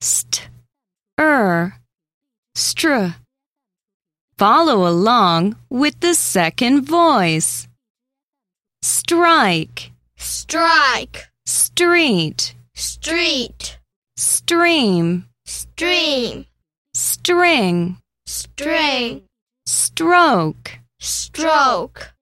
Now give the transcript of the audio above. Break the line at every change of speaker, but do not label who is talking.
st, er, str. Follow along with the second voice. Strike,
strike,
street,
street,
stream,
stream,
string,
string,
stroke.
stroke.